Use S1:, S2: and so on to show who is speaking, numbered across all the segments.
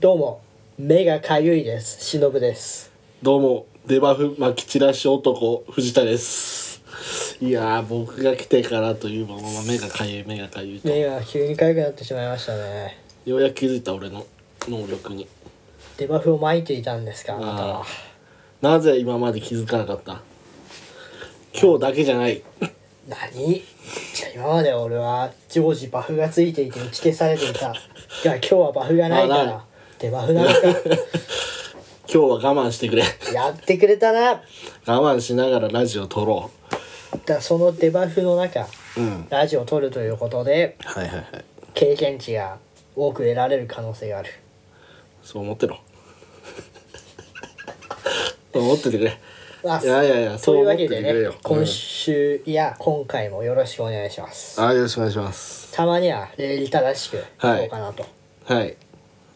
S1: どうも目がかゆいですしのぶです
S2: どうも、デバフ巻き散らし男、藤田です。いやー、僕が来てからというものの目がかゆい、目がかゆいと。
S1: 目が急にかゆくなってしまいましたね
S2: ようやく気づいた俺の能力に。
S1: デバフを巻いていたんですかあなた
S2: あ
S1: は
S2: ーなぜ今まで気づかなかった今日だけじゃない。
S1: 何じゃあ今まで俺は常時バフがついていて打ち消されていたじゃあ今日はバフがないか
S2: あない
S1: らデバフなんか
S2: 今日は我慢してくれ。
S1: やってくれたな
S2: 我慢しながらラジオ撮ろ
S1: だそのデバフの中
S2: う。うん。
S1: ラジオを撮るということで
S2: はいはいはい。
S1: 経験値が多く得られる可能性がある
S2: そう思ってろ。 そう思っててくれ。
S1: まあ
S2: いやいやいや、
S1: と
S2: そう
S1: いう
S2: 思
S1: わ
S2: っ
S1: け
S2: てて
S1: で
S2: くれよ
S1: ね。今週いや今回もよろしくお願いします
S2: うん。あー、よろしくお願いします。
S1: たまには礼儀正しくいこうかなと、
S2: はい。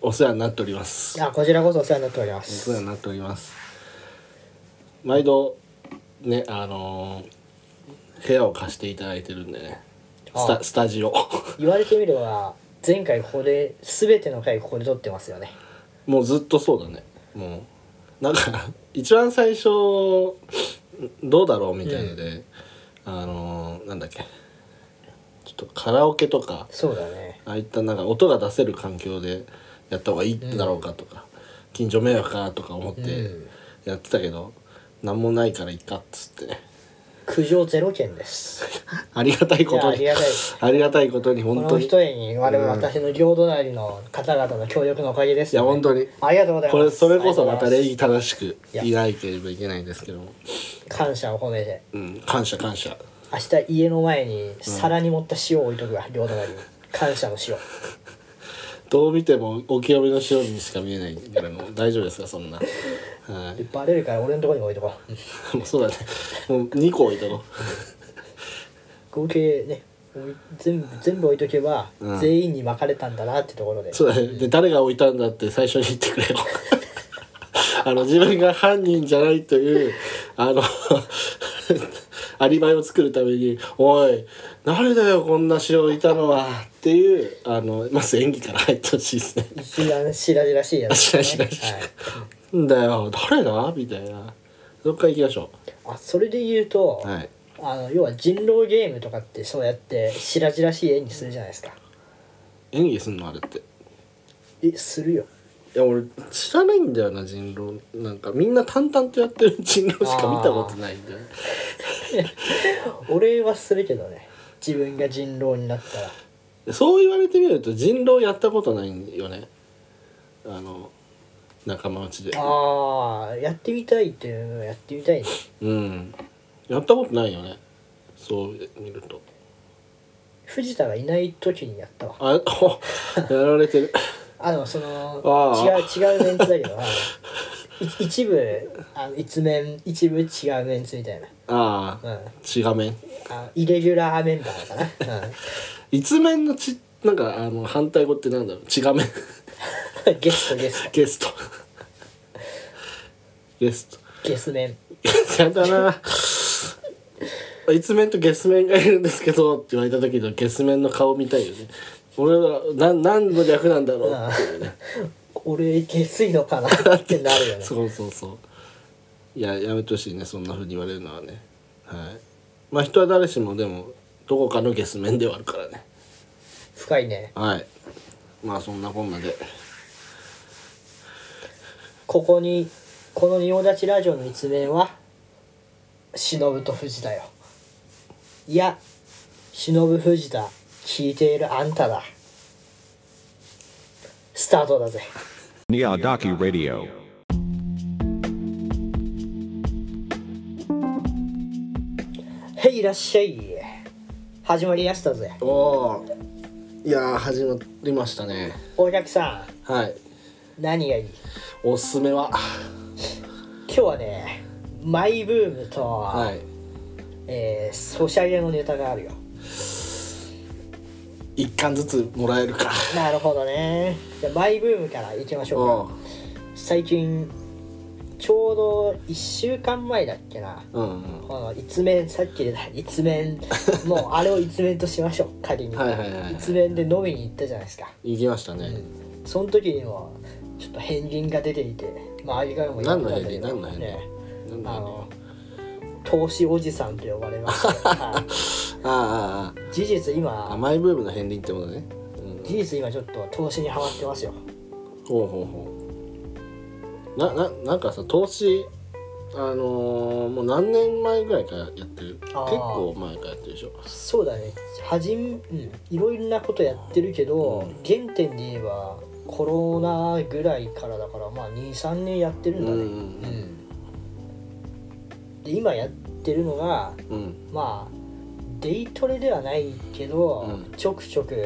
S2: お世話になっております。
S1: あこちらこそお世話になっておりま
S2: お世
S1: す
S2: 話になっております。毎度、ね、あのー部屋を貸していただいてるんでね。ス
S1: あ
S2: タスタジオ。
S1: 言われてみれば前回ここで全ての回ここで撮ってますよね
S2: もうずっとそうだね。もう。なんか、 一番最初、どうだろうみたいので、あのーなんだっけ。ちょっとカラオケとか、
S1: そうだね
S2: ああいったなんか音が出せる環境でやった方がいいんだろうかとか、近所迷惑かなとか思って
S1: うん
S2: やってたけど、なん、何もないからいっかっつってね
S1: 苦情ゼロ件です
S2: ありがたいこと
S1: い
S2: に
S1: やありがたい
S2: ありがたいことに
S1: こ
S2: 本当
S1: の
S2: に
S1: 一重に我々、
S2: うん
S1: 私の両隣の方々の協力のおかげです
S2: いや
S1: よ、ね、
S2: 本当に
S1: ありがとうござい
S2: こ
S1: ま
S2: れ
S1: す
S2: それこそ
S1: あり
S2: ま
S1: がと
S2: た
S1: うござ
S2: 礼
S1: い
S2: 儀正しく
S1: いや
S2: いないければいけないんですけども、
S1: ます感謝を込めて
S2: うん、感謝感謝
S1: 明日家の前に皿に盛った塩を置いとくわ、両隣に感謝の塩
S2: どう見てもお清めの塩にしか見えないからもう大丈夫ですかそんなはい
S1: バレるから俺のところに置いとこう
S2: もうそうだねもう2個置いとこ
S1: 合計ねおい全部全部置いとけば、
S2: うん
S1: 全員に分かれたんだなってところで
S2: そうだね。で、誰が置いたんだって最初に言ってくれ よ。あの、自分が犯人じゃないという、あの、 アリバイを作るために、おい、誰だよ、こんな城置いたのは、っていう、あの、まず演技から入ってほしいですね。
S1: 一番しらじらしいやつ、
S2: しらじらしい
S1: はい、
S2: んだよ、誰だみたいな。どっか行きましょ
S1: あそれで言うと、
S2: う。はい。
S1: あの要は人狼ゲームとかってそうやってしらじらしい演技するじゃないですか
S2: 演技すんのあれって。い
S1: えするよ
S2: や、俺、知らないんだよな、人狼。なんか、みんな淡々とやってる人狼しか見たことないんだよね。
S1: 俺はするけどね自分が人狼になったら
S2: そう言われてみると人狼やったことないよねあの仲間内で
S1: ああやってみたいっていうのはやってみたいね
S2: うんやったことないよねそう見ると
S1: 藤田がいない時にやったわ
S2: あ おやられてる
S1: あのその
S2: あー
S1: 違う違うメンツだけどあのい一部あの一面一部違うメンツみたいな、
S2: あ
S1: う
S2: あ
S1: ん、
S2: 血画面
S1: あイレギュラーメンバーかな、う
S2: 一面の血なんかあの反対語ってなんだろう血画面
S1: ん、 ゲストゲスト
S2: ゲストゲスト
S1: ゲスメン
S2: やだな一面とゲス面がいるんですけどって言われた時のゲス面の顔見たいよね俺はな何の略なんだろうっていうね
S1: 俺ゲスいのかなってなるよね
S2: そうそうそういややめてほしいねそんなふうに言われるのはねはいまあ人は誰しもでもどこかのゲス面ではあるからね
S1: 深いね
S2: はいまあそんなこんなで
S1: ここにこの「仁王立ちラジオ」の一面は忍と藤田よいや忍藤田聞いているあんただスタートだぜ
S3: Niyadaki Radio.
S1: へいいらっしゃい始まりやしたぜ
S2: おおいやー始まりましたね
S1: お客さん
S2: はい
S1: 何がいい
S2: おすすめは
S1: 今日はねマイブームと、
S2: はい
S1: えー、ソシャゲのネタがあるよ
S2: 一巻ずつもらえるか
S1: なるほどねじゃあマイブームからいきましょう
S2: お
S1: か最近ちょうど1週間前だっけな
S2: うんうん
S1: この一面さっき出た一面もうあれを一面としましょ う仮に
S2: はいはいはい
S1: 一面で飲みに行ったじゃないですか
S2: 行きましたね
S1: その時にもちょっと片鱗が出ていて周りからも
S2: 何
S1: く
S2: の
S1: なん
S2: 変
S1: だけ
S2: 理
S1: ど
S2: 何の変理
S1: ね
S2: 何
S1: あ
S2: の
S1: の投資おじさんと呼ばれま してはい
S2: 変理ああ
S1: 事実
S2: ああ
S1: 今
S2: 甘いブームの片鱗ってことね、うん、
S1: 事実今ちょっと投資にハマってますよ
S2: ほうほうほうなななんかさ投資あのーもう何年前ぐらいからやってる結
S1: あー
S2: 構前からやってるでしょ
S1: そうだねはじん、うん、いろいろなことやってるけど、原点で言えばコロナぐらいからだからまあ23年やってるんだね、
S2: うん
S1: で今やってるのが
S2: うん
S1: まあデイトレではないけど、
S2: うん
S1: ちょくちょく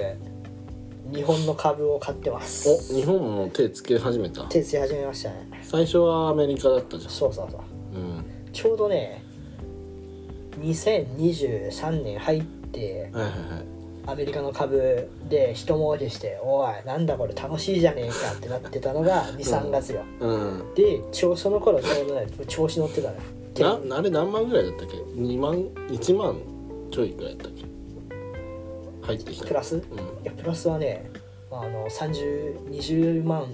S1: 日本の株を買ってます
S2: お日本も手つけ始めた
S1: 手つけ始めましたね
S2: 最初はアメリカだったじゃ
S1: そうそうそうん
S2: うん
S1: ちょうどね2023年入って
S2: はいはいはい
S1: アメリカの株で一儲けして「おいなんだこれ楽しいじゃねえか」ってなってたのが23月よ、
S2: うん
S1: でちょその頃ちょうどね調子乗ってたねで
S2: なあれ何万ぐらいだったっけ2万1万ちょいぐらいだったっけ入ってきた
S1: プラスい
S2: うん
S1: やプラスはねあの3020万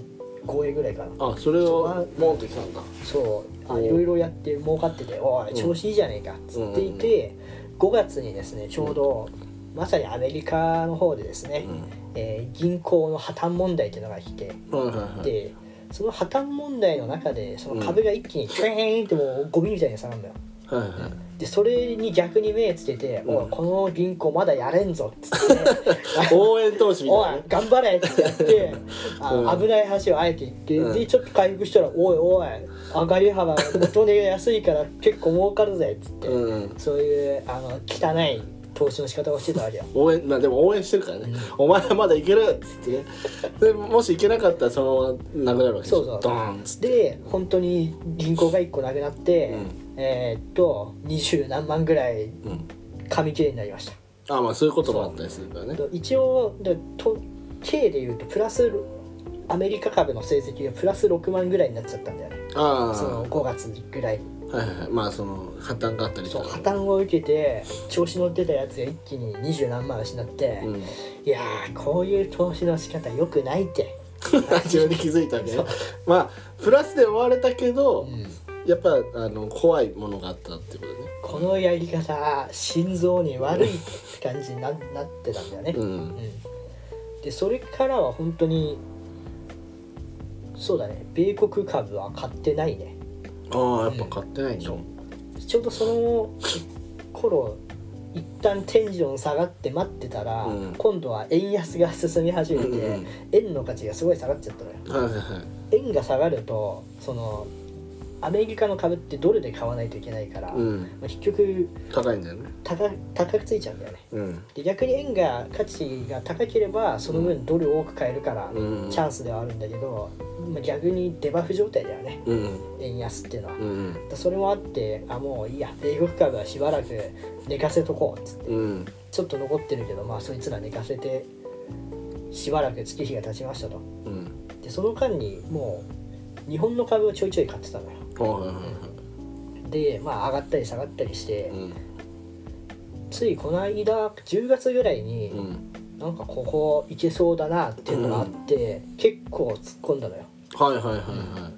S1: 超えぐらいかな
S2: あそれをボンってきたんだ
S1: そうあ
S2: おう
S1: いろいろやって儲かってて「おい調子いいじゃねえか」っつっていて、5月にですねちょうど、まさにアメリカの方でですね、
S2: うん
S1: えー銀行の破綻問題っていうのが来て、
S2: はいはいはい
S1: でその破綻問題の中でその株が一気にチューンってもうゴミみたいに下がるんだよ
S2: はいはい
S1: でそれに逆に目つけて「
S2: うん
S1: おいこの銀行まだやれんぞ」っつ って、
S2: 応援投資み
S1: お
S2: たい
S1: い
S2: なね
S1: 頑張れってやって あの
S2: うん
S1: 危ない橋をあえて行って、
S2: うん
S1: でちょっと回復したら「おいおい上がり幅元値が安いから結構儲かるぜ」っつって、
S2: うん
S1: そういうあの汚い投資の仕方をしてたわけよ
S2: 応援まあでも応援してるからね、お前はまだいけるっつってねでもしいけなかったらそのままなくなるわけでし
S1: そ
S2: ょ
S1: うそう
S2: ドーンっつって
S1: で本当に銀行が1個なくなって、えーっと二十何万ぐらい
S2: うん
S1: 紙切れになりました
S2: あまあそういうこともあったりするからね
S1: と一応でと計でいうとプラスアメリカ株の成績がプラス6万ぐらいになっちゃったんだよね
S2: ああ
S1: その
S2: は
S1: 5月ぐらいに
S2: いはいはいまあその破綻があったりと
S1: そう
S2: か
S1: 破綻を受けて調子乗ってたやつが一気に二十何万失って、
S2: うん
S1: いやーこういう投資の仕方良くないって
S2: 自分で気づいたわけねまあプラスで終われたけど、やっぱあの怖いものがあったってことね
S1: このやり方心臓に悪いって感じにななってたんだよね、
S2: うん
S1: うんでそれからは本当にそうだね米国株は買ってないね
S2: ああやっぱ買ってないんだ、
S1: ちょうどその頃一旦テンション下がって待ってたら、
S2: うん
S1: 今度は円安が進み始めて、
S2: うんうん
S1: 円の価値がすごい下がっちゃったのよ
S2: はいはいはい
S1: 円が下がるとそのアメリカの株ってドルで買わないといけないから、
S2: うん
S1: 結局
S2: 高いんだよね
S1: 高高くついちゃうんだよね
S2: うん
S1: で逆に円が価値が高ければその分ドルを多く買えるから、
S2: うん
S1: チャンスではあるんだけど、まあ、逆にデバフ状態だよね
S2: うん
S1: 円安っていうのは、
S2: うんうん
S1: それもあってあもういいや米国株はしばらく寝かせとこうっつって
S2: うん
S1: ちょっと残ってるけどまあそいつら寝かせてしばらく月日が経ちましたと
S2: うん
S1: でその間にもう日本の株をちょいちょい買ってたのよ
S2: はいはいはい
S1: でまあ上がったり下がったりして、
S2: はい
S1: ついこの間10月ぐらいに、
S2: うんうん
S1: なんかここ行けそうだなっていうのがあって、結構突っ込んだのよ
S2: はいはいはいは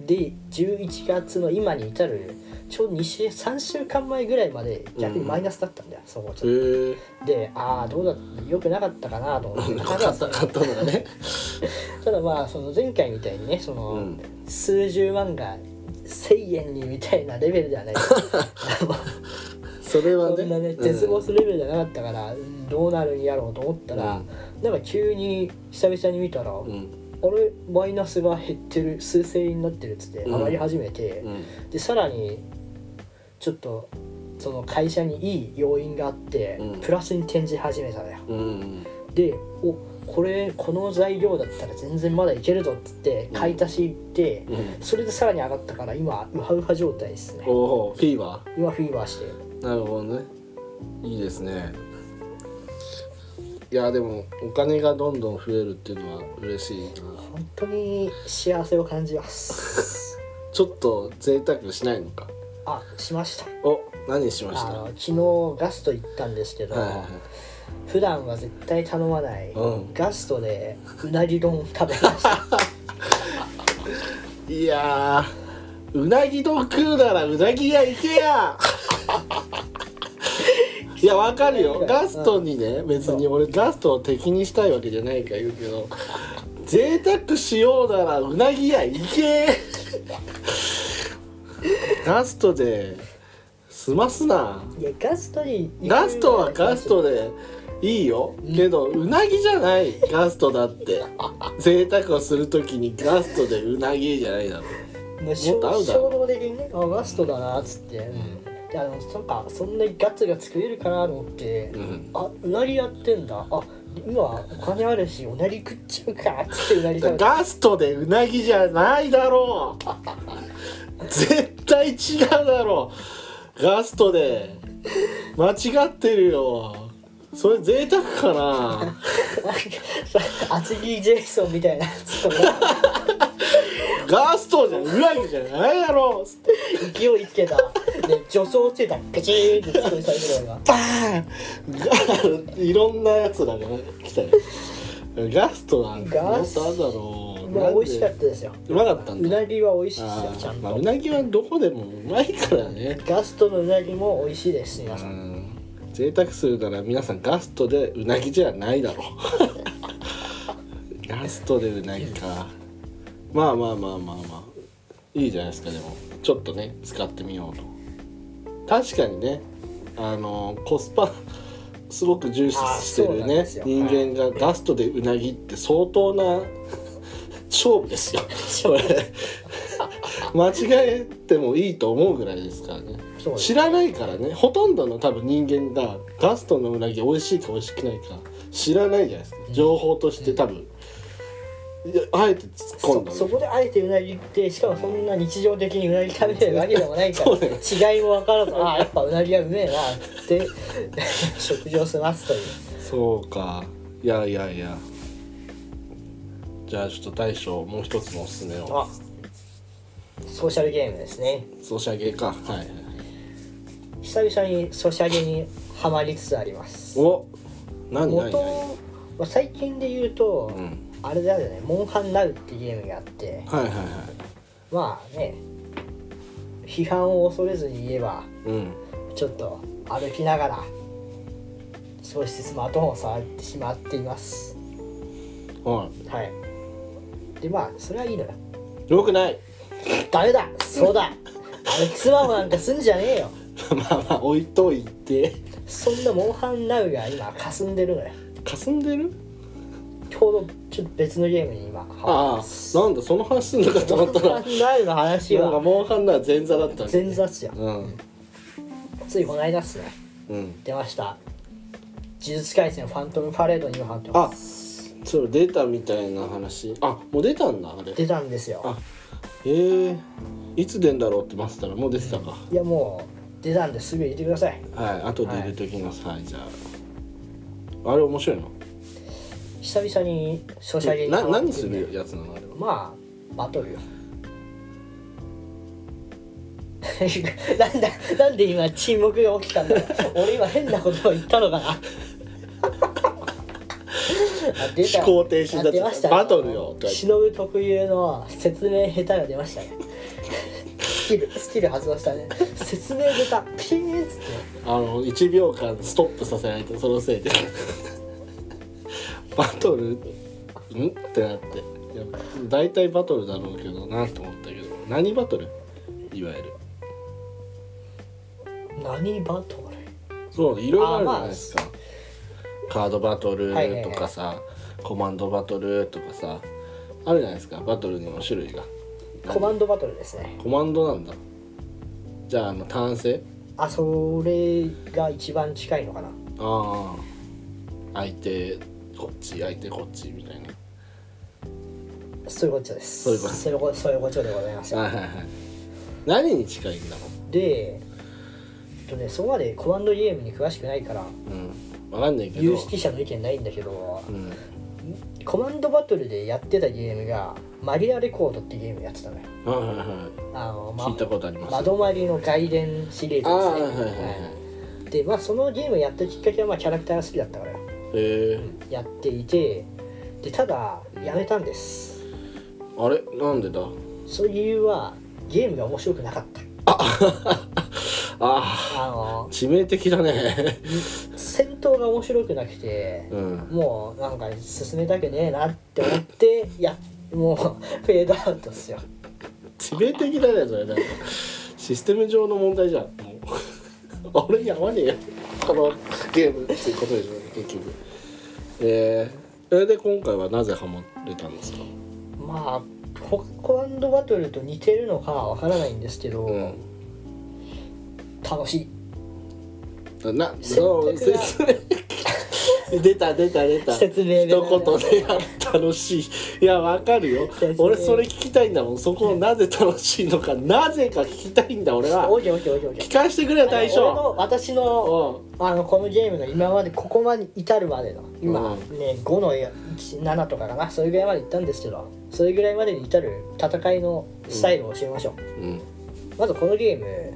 S2: い、
S1: で11月の今に至るちょうど2週3週間前ぐらいまで逆にマイナスだったんだよ、そこちょっ
S2: へえ
S1: とでああどうだったよくなかったかなと思って
S2: 買った買ったのがね
S1: ただまあその前回みたいにねその、
S2: うん
S1: 数十万が1,000円にみたいなレベルで はないあの
S2: それはね
S1: そんなね絶望するレベルじゃなかったから、うんどうなるんやろうと思ったら、なんか急に久々に見たら、
S2: うんうん
S1: あれマイナスが減ってる数千円になってるっつって
S2: うん
S1: 上がり始めて、
S2: うん
S1: でさらにちょっとその会社にいい要因があって、
S2: うん
S1: プラスに転じ始めたのよ
S2: うん
S1: でおこれこの材料だったら全然まだいけるぞっつって
S2: うん
S1: 買い足し行って、
S2: うん
S1: それでさらに上がったから今ウハウハ状態ですね
S2: おおフィーバ
S1: 今フィーバーして
S2: ーなるほどねいいですねいやでもお金がどんどん増えるっていうのは嬉しいな
S1: 本当に幸せを感じます
S2: ちょっと贅沢しないのか
S1: あしました
S2: お何しまし
S1: あ
S2: た
S1: の
S2: は
S1: 昨日ガスト行ったんですけ
S2: い
S1: ど、
S2: はいはい
S1: 普段は絶対頼まない、
S2: うん
S1: ガストでうなぎ丼食べました
S2: いやーうなぎと食うならうなぎ屋行け やいやわかるよガストンにね別に俺ガストンを敵にしたいわけじゃないから言うけど贅沢しようならうなぎ屋行 けガストで済ますない
S1: やガストに行く
S2: ガストはガストでいいよけどうなぎじゃないガストだって 贅沢をするときにガストでうなぎじゃないだろ
S1: もう
S2: もっと合うだろ
S1: 衝動的にねあガストだなっつって、であのなんかそんなにガツが作れるかなと思って、
S2: ん
S1: あうなりやってんだあ今お金あるしうなり食っちゃうかっつってうなり食べた
S2: ガストでうなぎじゃないだろう絶対違うだろうガストで間違ってるよそれ贅沢かな
S1: なんかさ厚切りジェイソンみたいなやつとか
S2: ガストじゃうなぎじゃないだろう
S1: 勢いつけたで助走ついたペチーンって突っ込みされてるのが
S2: バーンいろんなやつらが来たよガストなんても
S1: ガ
S2: っ
S1: スト
S2: とあるだろう
S1: まあ美味しかった
S2: た
S1: ですよ
S2: うまかったん
S1: う
S2: だ
S1: なぎは美味しいで
S2: あ
S1: すよちゃ
S2: ー
S1: ん
S2: まあう
S1: と
S2: なぎはどこでもうまいからね
S1: ガストのうなぎも美味しいです皆さん
S2: うん贅沢するなら皆さんガストでうなぎじゃな いだろうガストでうなぎかまあまあまあまあまあいいじゃないですかでもちょっとね使ってみようと確かにねあのコスパすごく重視して
S1: あそう
S2: る
S1: なんで
S2: ね
S1: すよ
S2: 人間がガストでうなぎって相当な 勝負ですよそれ 間違えてもいいと思うぐらいですからね
S1: そうです
S2: 知らないからねほとんどの多分人間がガストのうなぎ美味しいか美味しくないか知らないじゃないですか情報として多分、いやあえて突っ込ん
S1: そ
S2: だの
S1: そこであえてうなぎってしかもそんな日常的にうなぎ食べてるわけでもないか
S2: そうだよ
S1: ら違いも分からずああやっぱうなぎはうめえなって 食事を済ますという
S2: そうかいやいやいやじゃあちょっと大将もう一つのおすすめを
S1: あソーシャルゲームですね
S2: ソシャゲかはいはい
S1: 久々にソシャゲにはまりつつあります
S2: お何何
S1: 元
S2: 何
S1: まあ最近で言うと、
S2: うん
S1: あれだよね「モンハンナウ」っていうゲームがあって
S2: はいはいはい
S1: まあね批判を恐れずに言えば
S2: うん
S1: ちょっと歩きながら少しスマートフォンを触ってしまっています
S2: は
S1: はいでまあそれはいいのよ
S2: いよくない
S1: ダメだそうだ歩きスマホなんかすんじゃねえよ
S2: まあまあ置いと いて
S1: そんなモンハンナウが今霞んでるのよ
S2: 霞んでる
S1: ちょうどちょっと別のゲームに今ハマって
S2: あ
S1: ま
S2: あ
S1: す
S2: なんだその話すんのかと
S1: モ
S2: 思
S1: ン
S2: ったら
S1: ハンナウの話
S2: なんか
S1: は
S2: モンハンなら前座だったわけ
S1: 前座っすよ
S2: うん
S1: ついこの間っすね
S2: うん
S1: 出ました呪術廻戦ファントムパレードに今ハマってま
S2: あ
S1: す
S2: そう出たみたいな話あもう出たんだあれ
S1: 出たんですよ
S2: あええいつ出んだろうって待ってたらもう出てたか、
S1: いやもう出たんですぐ入れてください
S2: はい後で入れときますはい、じゃああれ面白いの
S1: 久々にソシャゲに
S2: な
S1: ハマって
S2: 何
S1: んです
S2: るやつなのあれは
S1: まあバトルよ なんだなんで今沈黙が起きたんだろう俺今変なことを言ったのかなあ出た
S2: 思考停止だった
S1: あ出ました
S2: バトルよとか言って
S1: 忍特有の説明下手が出ましたねスキルスキル発動したね説明下手ピーンっつって
S2: あの1秒間ストップさせないとそのせいで バトルんってなっていや大体バトルだろうけどなと思ったけど何バトルいわゆる
S1: 何バトル
S2: そういろいろあるじゃないですか、カードバトルとかさ、コマンドバトルとかさあるじゃないですかバトルにも種類が
S1: コマンドバトルですね
S2: コマンドなんだじゃああの単性
S1: あそれが一番近いのかな
S2: ああ相手こっち相手こっちみたいな
S1: そういうことです
S2: そういうこと
S1: そういうことそういうことでございますよ
S2: はいはいはい何に近いんだろ
S1: で、えっとね、そこまでコマンドゲームに詳しくないから
S2: う、うん、分かんないけど
S1: 有識者の意見ないんだけど
S2: うん、
S1: コマンドバトルでやってたゲームがマリアレコードってゲームやってたのよ
S2: はいはいはい
S1: あの、ま
S2: 聞いたことあります
S1: 窓マリの外伝シリーズですね
S2: ああはいはいはいはい
S1: はいでまあそのゲームやったきっかけはまあキャラクターが好きだったからよ
S2: え
S1: やっていてでただやめたんです、
S2: ー、あれなんでだ
S1: その理由はゲームが面白くなかった
S2: あ
S1: あの
S2: あ致命的だね
S1: 戦闘が面白くなくて、
S2: うん
S1: もうなんか進めたくねえなって思っていやもうフェードアウトっすよ
S2: 致命的だねそれなんかシステム上の問題じゃんもう 俺に合わねえよこのゲームっていうことでしょ結局えー、それで今回はなぜハマれたんですか
S1: まあホッコバトルと似てるのかわからないんですけど、
S2: うん
S1: 楽しい
S2: な、
S1: 説明
S2: そう、説明。 出た出た出た。
S1: 説明で
S2: 一言でや楽しい。いやわかるよ
S1: 説。明
S2: 俺それ聞きたいんだもん。そこをなぜ楽しいのか、なぜか聞きたいんだ俺は。
S1: オーケーオーケーオーケーオーケー
S2: 聞かしてくれよ大
S1: 俺
S2: 将。
S1: の私の
S2: う
S1: あのこのゲームの今までここまで至るまでの今、
S2: う
S1: ね5の7とかかなそれぐらいまで行ったんですけどそれぐらいまでに至る戦いのスタイルを教えましょう、
S2: ん。
S1: まずこのゲーム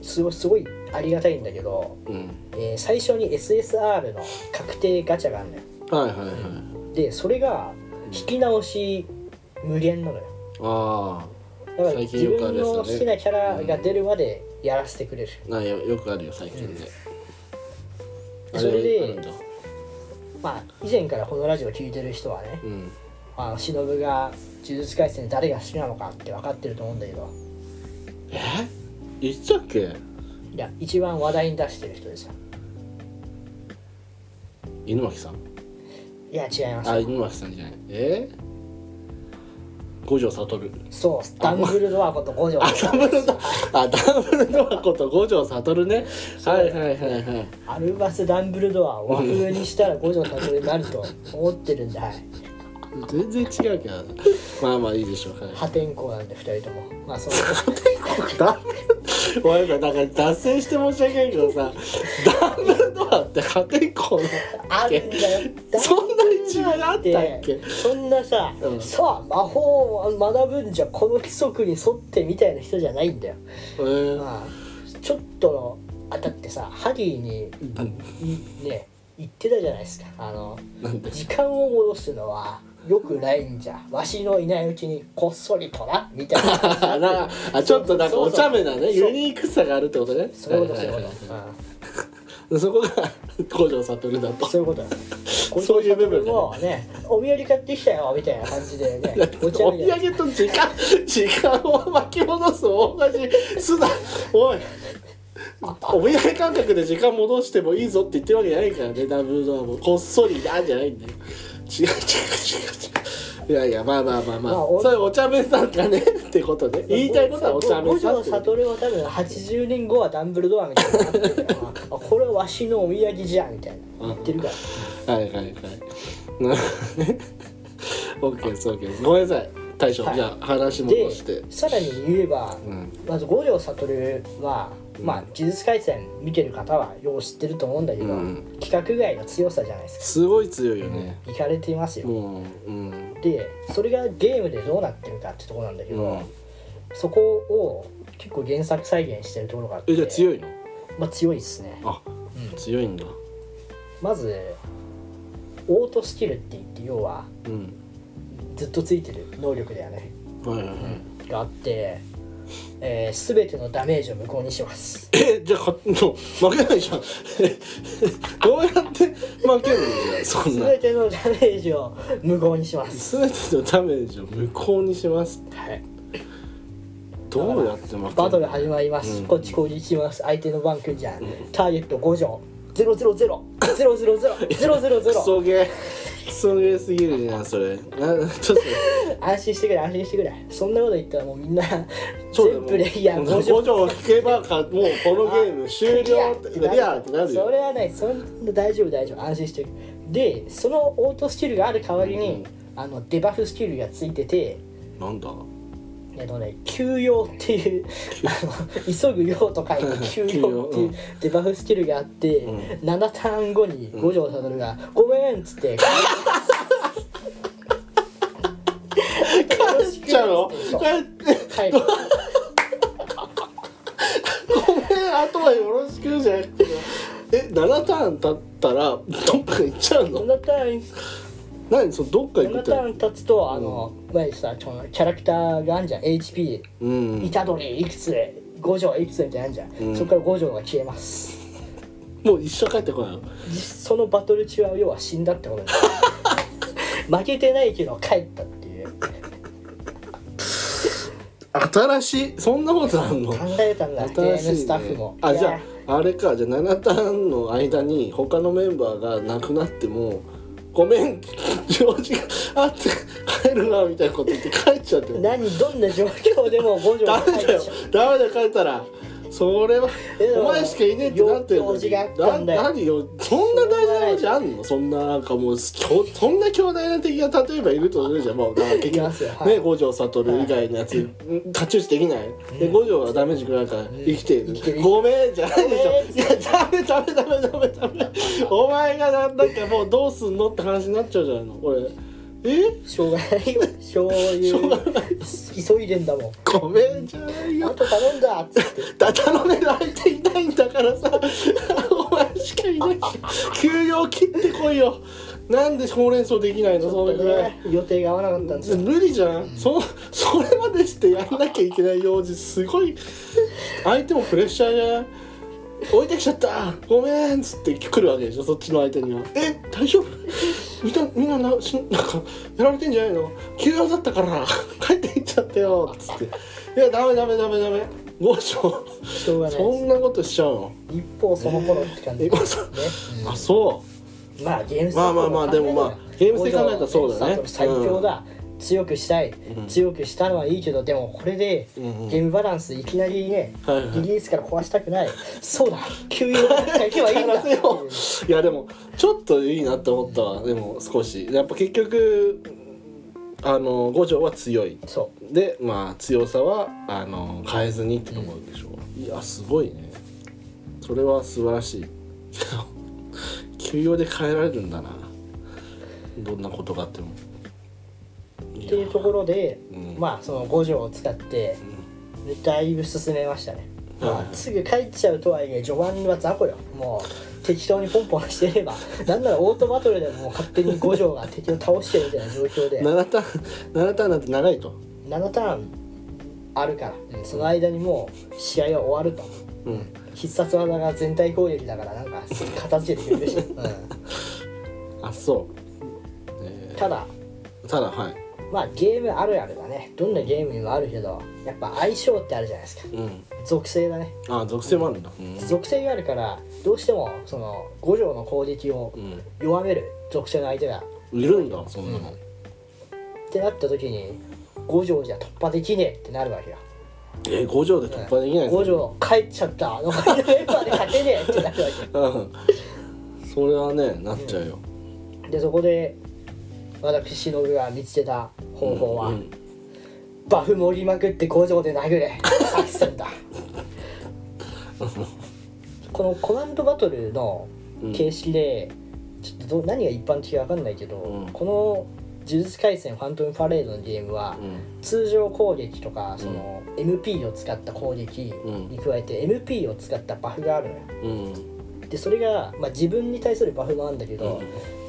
S1: すごすごいありがたいんだけど、
S2: うん。
S1: えー最初に SSR の確定ガチャがあるのよ
S2: はいはいはい。
S1: でそれが引き直し無限なのよ
S2: あ
S1: だから
S2: 最
S1: 自
S2: 近よくあ
S1: 分
S2: るやつだね
S1: の好きなキャラが出るまでやらせてくれる、
S2: あ。なよよくあるよ最近で。
S1: それで
S2: ああるんだ
S1: まあ以前からこのラジオ聞いてる人はね
S2: うん。
S1: あの忍が「呪術廻戦」誰が好きなのかって分かってると思うんだけど
S2: え？言っちゃっけ？
S1: いや一番話題に出してる人ですよ
S2: 犬巻さん。
S1: いや違います
S2: あ、犬巻さんじゃない。え？五条悟。
S1: そうダンブルドアこと五条
S2: あ、ダブルドア、あ、ダブルドアこと五条悟ね。はいはいはいはい。
S1: アルバス・ダンブルドアを和風にしたら五条悟になると思ってるんで、はい、
S2: 全然違うけど。まあまあいいでしょう。はい。
S1: 破天荒なんで二人ともま あその
S2: ダブルごめんなさい、なんか脱線して申し訳ないけどさ、ダブルドアって破天荒な
S1: あるんだよだ
S2: そんな一面あったっけ
S1: そんなさ、
S2: うん
S1: さあ魔法を学ぶんじゃこの規則に沿ってみたいな人じゃないんだよ、
S2: えー
S1: まあ、ちょっとのあだってさハリーにいね言ってたじゃないですかあの
S2: なんで
S1: 時間を戻すのはよくないんじゃわしのいないうちにこっそりとなみたいな
S2: あなんかあちょっとなんかお茶目なね
S1: そう
S2: ユニークさがあるってことね
S1: そういうことそういう
S2: は
S1: こ
S2: いはい
S1: と、うん
S2: はいそこが五条悟だと
S1: そういうことだ。
S2: そういう部分だね
S1: もね、お土産買ってきたよみたいな感じで ね、
S2: お
S1: お
S2: 土
S1: 茶みたいな。
S2: 産と時間時間を巻き戻す大同じすなおいお土産感覚で時間戻してもいいぞって言ってるわけじゃないからねダブルドアもこっそりなんじゃないんだよ違う違う違う違ういやいやまあまあまあまあ、
S1: まあお
S2: それお茶目さんかねってことね言いたいことはお茶目さん
S1: 五条
S2: ってこと
S1: 悟は多分80年後はダンブルドアみたいになってるからあこれはわしのお土産じゃみたいな言ってるから、
S2: はいはいはいなるほどね OK そう OK ですごめんなさい大将、
S1: はい
S2: じゃあ話戻して
S1: でさらに言えば、
S2: うん
S1: まず五条悟は、まあ
S2: うん
S1: 呪術廻戦見てる方はよう知ってると思うんだけど、
S2: うん
S1: 規格外の強さじゃないです
S2: すごい強いよね、
S1: かいかれていますよ、
S2: もううん
S1: でそれがゲームでどうなってるかってとこなんだけど、
S2: うん
S1: そこを結構原作再現してるところがあって
S2: えじゃあ強
S1: い,、
S2: いの
S1: まあ、強いですね
S2: あ、強いんだ
S1: まずオートスキルって言って要は
S2: うん
S1: ずっとついてる能力だよね、
S2: はいはいはい
S1: があって、えー、全てのダメージを無効にします
S2: えじゃあ勝っもう負けないじゃん どうやって負けるんだよそんな
S1: 全てのダメージを無効にします
S2: 全てのダメージを無効にします
S1: はい
S2: どうやって負ける
S1: バトル始まります、
S2: うん
S1: こっち攻撃します相手のバンクじゃん、ターゲット5条ゼロゼロゼロゼロゼ ロゼロゼロゼロゼ
S2: ク
S1: ロ
S2: ソゲークソゲーすぎるじゃんそれなちょっ
S1: 安心してくれ安心してくれそんなこと言ったらもうみんな
S2: とそうだよ
S1: 全プレイヤー
S2: もう
S1: 5
S2: 5
S1: 条
S2: 条引けばかもうこのゲーム終了ってリアってなる
S1: そ
S2: よ
S1: れはないそんな大丈夫大丈夫安心してでそのオートスキルがある代わりに、あのデバフスキルがついてて
S2: なんだ
S1: えっとね、休養っていうあの急ぐ用と書いて休養っていうデバフスキルがあって、7ターン後に五条悟が「ごめん」っつ って
S2: 勝っちゃうの
S1: そう
S2: 帰って
S1: 帰る
S2: ごめんあとはよろしくじゃなくてえ7ターン経ったらどっか行っちゃうの
S1: 7ターン
S2: 何そのどっか
S1: ヨ
S2: 行く
S1: ナ
S2: って
S1: タウン立つとあの、前さそのキャラクターがあんじゃん HP
S2: うん
S1: 虎取いくつ五条いくつみたいなのあんじゃん、
S2: うん
S1: そこから五条が消えます
S2: もう一生帰ってこないの
S1: 実そのバトル中は要は死んだってこと だ負けてないけど帰ったっていう考
S2: 新しいそんなことあんの
S1: えたんだゲーム
S2: 新しい、ね、
S1: スタッフも
S2: あ
S1: いや
S2: じゃああれかじゃあ7ターンの間に他のメンバーが亡くなってもごめん 用事があって帰るなみたいなこと言って帰っちゃってダメ
S1: 何どんな状況でも五条が帰っ
S2: だよ
S1: ちゃう
S2: ダメだよ帰ったらそれは
S1: え
S2: お前しかいねえってなってるの
S1: 用
S2: に
S1: 事があったんだよ
S2: な何よそんな大事な用事あんのそんななんかもうきょそんな強大な敵が例えばいるとするじゃんもうだから結
S1: い
S2: 局
S1: ますよはい
S2: ね五条悟以外のやつ太刀打ちできないで五条はダメージ食らうから生きてい
S1: 生きて
S2: る
S1: る
S2: ごめんじゃない
S1: ごめん
S2: でしょいやダメダメダメダメダメお前がなんだかもうどうすんのって話になっちゃうじゃないのこれえ
S1: しょうがないよしょうゆ
S2: しょうが
S1: 急いでんだもん
S2: ごめんじゃない
S1: あ
S2: よ
S1: と頼んだっつって
S2: だたのめられていないんだからさ お前しかいないし休養切ってこいよなんでほうれん草できないのそれぐらい
S1: ね予定が合わなかったんですよ
S2: 無理じゃんそそれまでしてやんなきゃいけない用事すごい相手もプレッシャーじゃない置いてきちゃったごめんっつって来るわけでしょそっちの相手にはえ大丈夫みんなみんななしなんかやられてんじゃないの休養だったから帰っていっちゃったよっつっていやダメダメダメダメどうしよう
S1: しょうがない
S2: そ
S1: です
S2: んなことしちゃうの
S1: 一方その頃って感じ
S2: え
S1: ね
S2: まさあそ
S1: うんまあゲーム性
S2: まあまあまあでもまあゲーム性考えたらそうだ
S1: 五
S2: ね
S1: 条の最強だ強くしたい
S2: ん
S1: 強くしたのはいいけどでもこれで
S2: う
S1: ゲ
S2: んうん
S1: ームバランスいきなりね
S2: はいはい
S1: リリースから壊したくないそうだ 休養だけはいいんだっていう
S2: ういやでもちょっといいなって思ったわでも少しやっぱ結局あの五条は強い
S1: そ
S2: でまあ強さはあの変えずにってところでしょう、いやすごいねそれは素晴らしい 休養で変えられるんだなどんなことがあっても
S1: う
S2: い
S1: って
S2: や
S1: いうところで
S2: うん
S1: まあその五条を使ってでだいぶ進めましたね、
S2: はい
S1: まあ、すぐ帰っちゃうとはいえ序盤は雑魚よもう適当にポンポンしてれ ばなんならオートバトルでももう勝手に五条が敵を倒してるみたいな状況で
S2: 7ターン7ターンなんて長いと
S1: 7ターンあるから、その間にもう試合は終わると
S2: うん
S1: 必殺技が全体攻撃だからなんか片付けてくれ るし、うん
S2: あそう、え
S1: ただ
S2: ーただはい
S1: まあゲームあるあるだねどんなゲームにもあるけどやっぱ相性ってあるじゃないですか
S2: うん
S1: 属性だね
S2: あ属性もあるんだうん
S1: 属性があるからどうしてもその五条の攻撃を
S2: うん
S1: 弱める属性の相手が
S2: いるんだそんなの、
S1: ってなった時に五条じゃ突破できねえってなるわけよ
S2: え五条で突破できない
S1: 五
S2: です
S1: 条帰っちゃった残りのメンバーで勝てねえってなるわ
S2: うんそれはねなっちゃうよ、
S1: けでそこで私忍が見つけた方法は、
S2: うん
S1: バフ盛りまくって五条で殴 れ作戦だこのコマンドバトルの形式で、ちょっとど何が一般的か分かんないけど、
S2: うん
S1: この「呪術廻戦ファントムパレード」のゲームは、
S2: うん
S1: 通常攻撃とかその MP を使った攻撃に加えて MP を使ったバフがあるのよ
S2: うん
S1: でそれが、まあ、自分に対するバフもあるんだけど、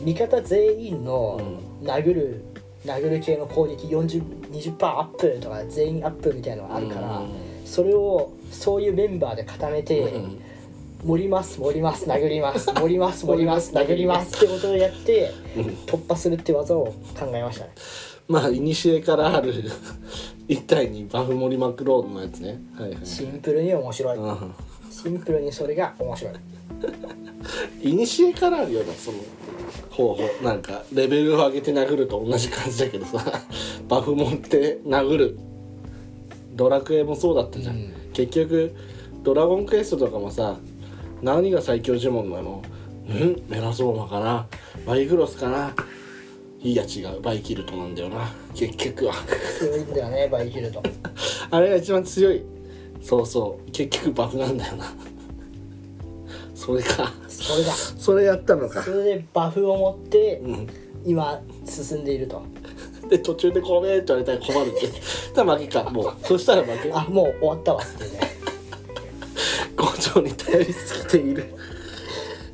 S1: 味方全員の殴る殴る系の攻撃4020%アップとか全員アップみたいなのがあるから、
S2: うん
S1: それをそういうメンバーで固めて、
S2: うん
S1: 盛ります盛ります殴ります盛ります盛り ます殴りますってことをやって突破するって技を考えましたね
S2: まあ古からある一体にバフ盛りまくろうのやつねはいはい
S1: シンプルに面白い
S2: うん
S1: シンプルにそれが面白い
S2: いにしえからあるようなその方法なんかレベルを上げて殴ると同じ感じだけどさ バフ持って殴るドラクエもそうだったじゃん、
S1: うん
S2: 結局ドラゴンクエストとかもさ何が最強呪文なのうんメラソーマかなバイグロスかないや違うバイキルトなんだよな結局は
S1: 強いんだよねバイキルト
S2: あれが一番強いそうそう結局バフなんだよなそれか
S1: それだ
S2: それやったのか
S1: それでバフを持って
S2: うん
S1: 今進んでいると
S2: で途中で「ごめん」って言われたら困るって たら負けかもう そしたら負け
S1: あもう終わったわ っていうね
S2: 校長に頼りすぎている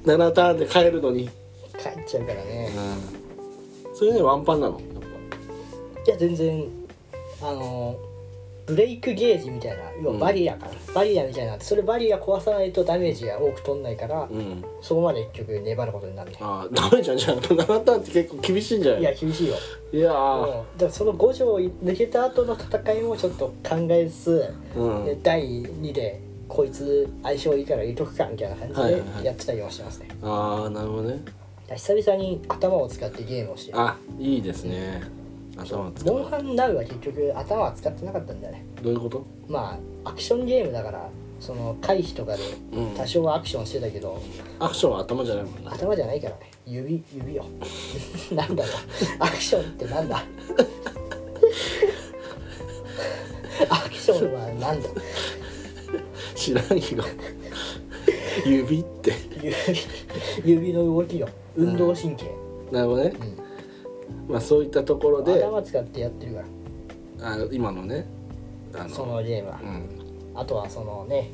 S2: 7ターンで帰るのに
S1: 帰っちゃうからね
S2: うんそれねワンパンなのやっ
S1: いや全然あのブレイクゲージみたいな要はバリアから、バリアみたいなそれバリア壊さないとダメージが多く取んないから、
S2: ぱうん
S1: そこまで結局粘ることになるね
S2: ああダメじゃんじゃあ7ターンって結構厳しいんじゃない
S1: いや厳しいよ
S2: いや
S1: うん
S2: ー
S1: だからその5条抜けた後の戦いもちょっと考えつつ、
S2: うん
S1: で第2でこいつ相性いいから入れとくかみたいな感
S2: はい
S1: じ
S2: はいはい
S1: でやってたりもしてますね、
S2: ああなるほどね
S1: だから久々に頭を使ってゲームをして
S2: あいいですね頭使
S1: モン
S2: う
S1: ハンナウは結局頭は使ってなかったんだよね
S2: どういうこと
S1: まあアクションゲームだからその回避とかで
S2: うん
S1: 多少はアクションしてたけど、
S2: アクションは頭じゃないもんな
S1: 頭じゃないからね指指よ なんだろうアクションってなんだ アクションはなんだ
S2: 知らん けど指って
S1: 指指の動きよ運動神経、
S2: なるほどね、まあそういったところで
S1: 頭使ってやってるから
S2: あの今のねあの
S1: そのゲームは、
S2: うん
S1: あとはそのね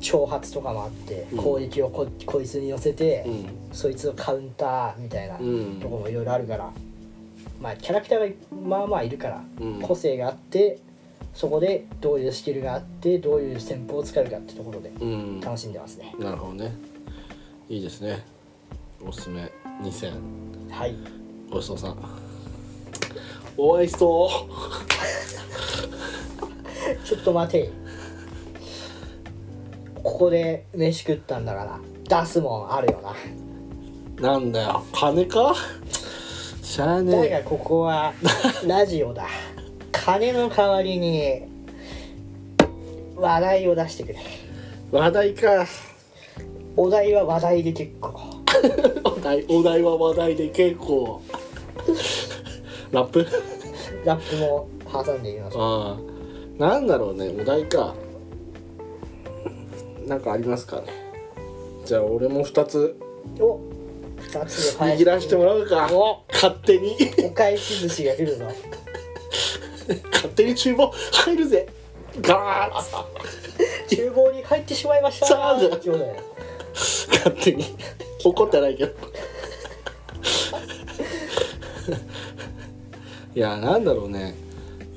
S1: 挑発とかもあって
S2: うん
S1: 攻撃をこ,、こいつに寄せて、
S2: うん
S1: そいつをカウンターみたいな
S2: うん
S1: とこもいろいろあるから、まあキャラクターがまあまあいるから、
S2: うん
S1: 個性があってそこでどういうスキルがあってどういう戦法を使うかってところで
S2: うん
S1: 楽しんでますね、
S2: なるほどねいいですねおすすめ2000
S1: はい
S2: ごちそうさんおいしそ
S1: ちょっと待ていここで飯食ったんだから出すもんあるよな、
S2: うなんだよ金かしゃあね
S1: だ
S2: え
S1: がここはラジオだ金の代わりに話題を出してくれ
S2: 話題か
S1: お題は話題で結構
S2: お題お題は話題で結構ラップ
S1: ラップも挟んでみましょ
S2: ああなんだろうねお題かなんかありますかねじゃあ俺も2つ
S1: うお2つで返
S2: 握らせてもらうか
S1: お
S2: 勝手に
S1: お返し寿司が来るぞ
S2: 勝手に厨房入るぜガーッ
S1: 厨房に入ってしまいました
S2: さあじゃあ
S1: ってことだよ
S2: 勝手に怒ってないけどいやなんだろうね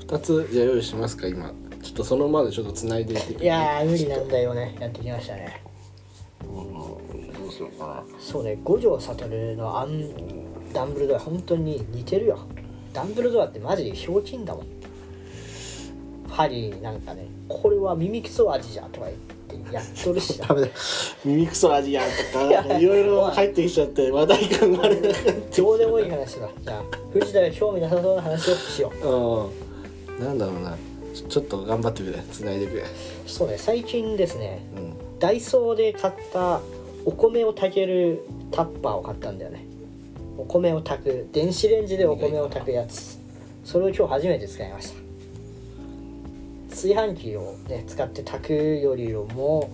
S2: 2つじゃあ用意しますか今ちょっとそのまでちょっとつないでいて
S1: いやー無理なんだよねやってきましたね
S2: うんどうしようかな
S1: そうね五条悟のアンダンブルドア本当に似てるよダンブルドアってマジでひょうきんだもんハリーなんかねこれは耳くそ味じゃとか言ってやっとるし な
S2: 耳くそ味やんとかなんかいろいろ入ってきちゃって話題感がある
S1: どうでもいい話だじゃあ藤田が興味なさそうな話をしよ
S2: うんなんだろうなちょちょっと頑張ってくれ繋いでくれ
S1: うそうね最近ですね
S2: うん
S1: ダイソーで買ったお米を炊けるタッパーを買ったんだよねお米を炊く電子レンジでお米を炊くやつそれを今日初めて使いました炊飯器をね使って炊くよりも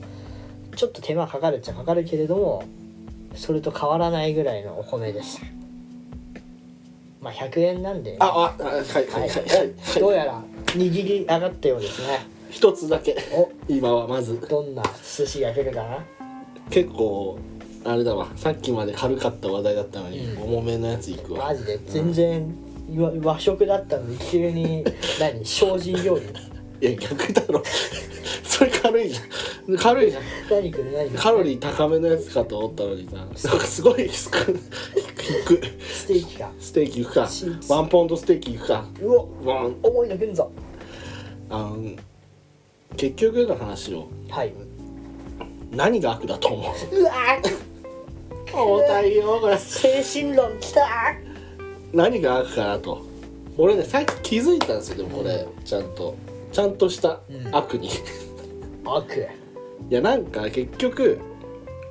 S1: ちょっと手間かかるっちゃかかるけれどもそれと変わらないぐらいのお米でしたまあ100円なんで、
S2: あああはいはいは
S1: はいい
S2: はい
S1: どうやら握り上がったようですね
S2: 一つだけ
S1: お
S2: 今はまず
S1: どんな寿司が来るかな
S2: 結構あれだわさっきまで軽かった話題だったのに、
S1: うん
S2: 重めのやついくわ
S1: マジで全然和和食だったのに急に何精進料理
S2: いや逆だろ それ軽いじゃん軽いじゃん
S1: 何くる何くる
S2: カロリー高めのやつかと思ったのにさなんかすごい少ないいく
S1: ステーキか
S2: ステーキいくか
S1: シーツ
S2: ワンポンドステーキいくか
S1: うお
S2: ワン
S1: 重いのくんぞ
S2: あの結局の話を
S1: はい
S2: 何が悪だと思う
S1: うわー
S2: 重たいよこれ
S1: 精神論きた
S2: 何が悪かなと俺ねさっき気づいたんですよでもこれちゃんとちゃんとした
S1: うん
S2: 悪に、 い
S1: ー悪
S2: やなんか結局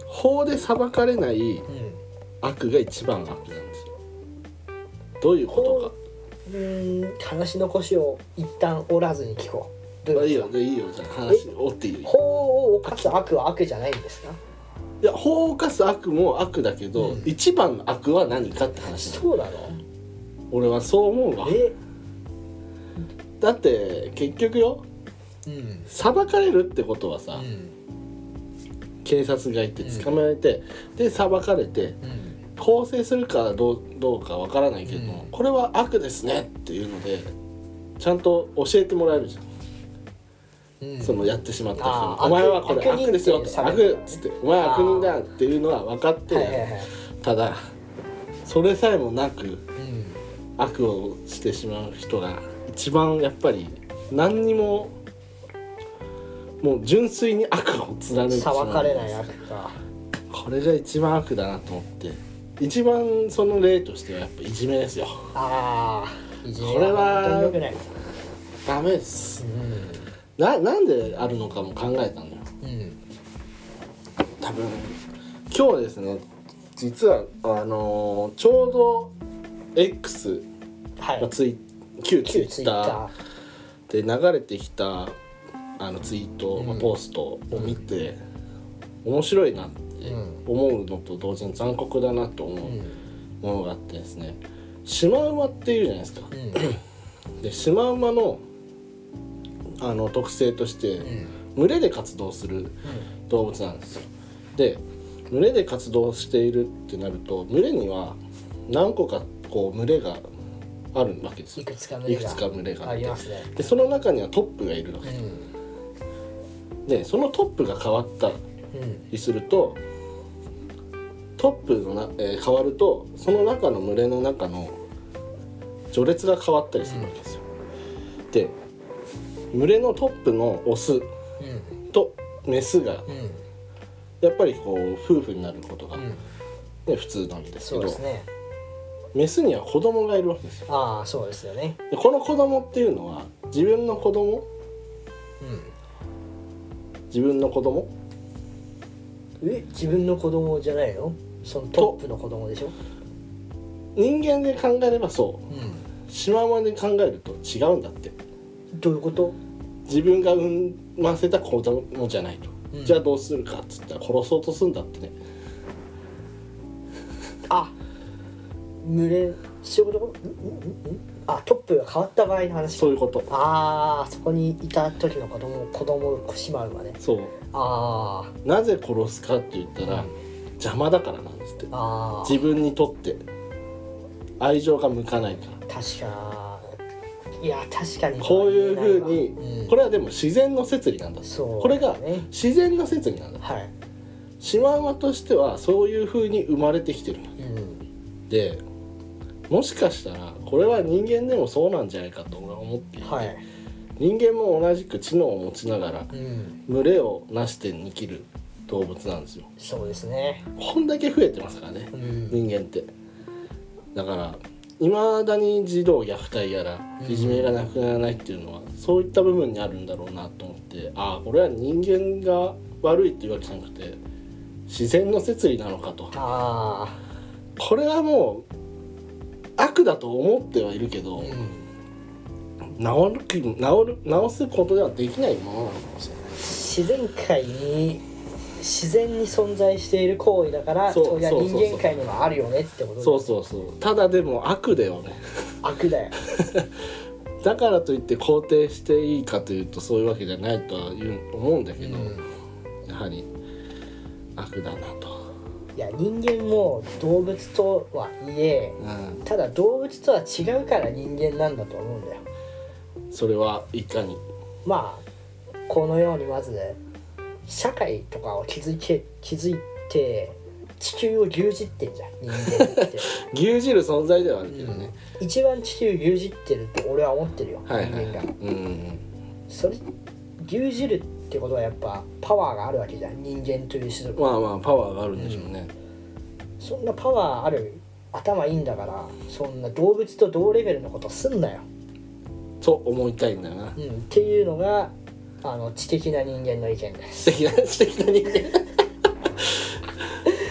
S2: 法で裁かれない
S1: うん
S2: 悪が一番悪なんですよどういうこ
S1: うーん話の腰を一旦折らずに聞こう
S2: と
S1: ど
S2: か
S1: う
S2: いい
S1: いう
S2: よ
S1: こと
S2: いいよじゃあ話おっていい
S1: ですか
S2: よ
S1: 法を犯す悪は悪じゃないんですか
S2: いや法を犯す悪も悪だけど、
S1: うん
S2: 一番の悪は何かって話なの
S1: そうなの
S2: 俺はそう思うわ
S1: え
S2: だって結局よ
S1: うん
S2: 裁かれるってことは
S1: う
S2: さ、
S1: ん
S2: 警察がいて捕まえて、で裁かれて
S1: うん
S2: 構成するかどうどうかわからないけど、
S4: うん
S2: これは悪ですねっていうのでちゃんと教えてもらえるじゃん、
S4: うん
S2: そのやってしまった人に
S1: あー
S2: お前はこ
S1: 悪
S2: れ
S1: 人って
S2: 悪ですよ」って「
S1: され
S2: 悪」
S1: る
S2: っつって「お前は悪人だ」っていうのは分かって、
S1: はいはいはい
S2: ただそれさえもなく
S4: うん
S2: 悪をしてしまう人が一番やっぱり何にももう純粋に悪を貫いてしまう
S1: 裁かれない悪か
S2: これが一番悪だなと思って一番その例としてはやっぱいじめですよ
S1: ああいじめ
S2: これは
S1: は本当に良くない
S2: ダメです
S4: うん
S2: ななんであるのかも考えたのよ
S4: うん
S2: 多分今日ですね実はあのーちょうど X
S1: はい
S2: まあツイ旧ツイ
S1: 旧ツイ
S2: ッ
S1: ッタ
S2: タ
S1: ー
S2: ーで流れてきたあのツイート、まあ
S4: うん
S2: ポストを見て、面白いなって思うのと同時に残酷だなと
S4: う
S2: 思
S4: ん
S2: うものがあってですねシマウマっているじゃないですか
S4: う。ん
S2: でシマウマのあの特性として、群れで活動する動物なんですよ。で群れで活動しているってなると群れには何個かこう群れがあるわけですよ
S1: いくつか群れが
S2: いくつか群れがあ
S1: あ
S2: っ
S1: り
S2: て
S1: ますね
S2: でその中にはトップがいるわけでそのトップが変わった
S4: うん
S2: りするとトップのな、えー変わるとその中の群れの中の序列が変わったりするわけですよ。で群れのトップのオス
S4: うん
S2: とメスが
S4: うん
S2: やっぱりこう夫婦になることが、
S4: う
S2: ね
S4: ん
S2: 普通なんですけ
S1: そう
S2: ど
S1: ですね
S2: メスには子供がいるわけですよ
S1: ああそうですよね
S2: でこの子供っていうのは自分の子供自分の子供
S1: え自分の子供じゃないのそのトップの子供でしょ
S2: 人間で考えればそ
S4: うん
S2: うシマウマで考えると違うんだって
S1: どういうこと
S2: 自分が産ませた子供じゃないと、
S4: うん
S2: じゃあどうするかっつったら殺そうとするんだってね
S1: あ群れそういうことんんんあトップが変わった場合の話
S2: そういうこと
S1: ああそこにいた時の子供子供をしまうまで
S2: そう
S1: あ
S2: なぜ殺すかって言ったら、
S4: うん
S2: 邪魔だからなんですって
S1: あああ
S2: 自分にとって愛情が向かないから
S1: 確かいや確かに
S2: こういうふうに、
S4: うん
S2: これはでも自然の摂理なんだ
S1: そう
S2: これが
S1: ね
S2: 自然の摂理なんだ
S1: はい
S2: シマウマとしてはそういうふうに生まれてきてる
S4: うん
S2: でもしかしたらこれは人間でもそうなんじゃないかと俺は思っていて、
S1: はい
S2: 人間も同じく知能を持ちながら
S4: うん
S2: 群れをなして生きる動物なんですよ
S1: そうですね
S2: こんだけ増えてますからね
S4: うん
S2: 人間ってだからいまだに児童虐待やら
S4: うん
S2: いじめがなくならないっていうのは、そういった部分にあるんだろうなと思ってああこれは人間が悪いっていうわけじゃなくて自然の摂理なのかと
S1: あ
S2: これはもう悪だと思ってはいるけど、
S4: うん
S2: 治るき治る治すことではできないものなのかもしれな
S1: あ
S2: い
S1: 自然界に自然に存在している行為だから
S2: そう
S1: そりゃ
S2: そう
S1: 人
S2: そうそう
S1: 間界にもあるよねってこと
S2: そうそうそうただでも悪だよね
S1: 悪だよ
S2: だからといって肯定していいかというとそういうわけじゃないとは言う思うんだけど、やはり悪だなと、
S1: いや人間も動物とはいえ
S2: うん、
S1: ただ動物とは違うから人間なんだと思うんだよ
S2: それはいかに
S1: まあこのようにまず社会とかを築いて築いて地球を牛耳ってんじゃん人間 って
S2: 牛耳る存在ではあるけどね、
S1: 一番地球牛耳ってると俺は思ってるよ、
S2: はいはい
S1: 人間が
S2: うん
S1: それ牛耳るってことはやっぱパワーがあるわけじゃん人間という種族
S2: まあまあパワーがあるんでしょうね、
S1: そんなパワーある頭いいんだからそんな動物と同レベルのことすんなよ、
S2: と思いたいんだよな
S1: うん、っていうのがあの知的な人間の意見です
S2: 素敵な素敵な人間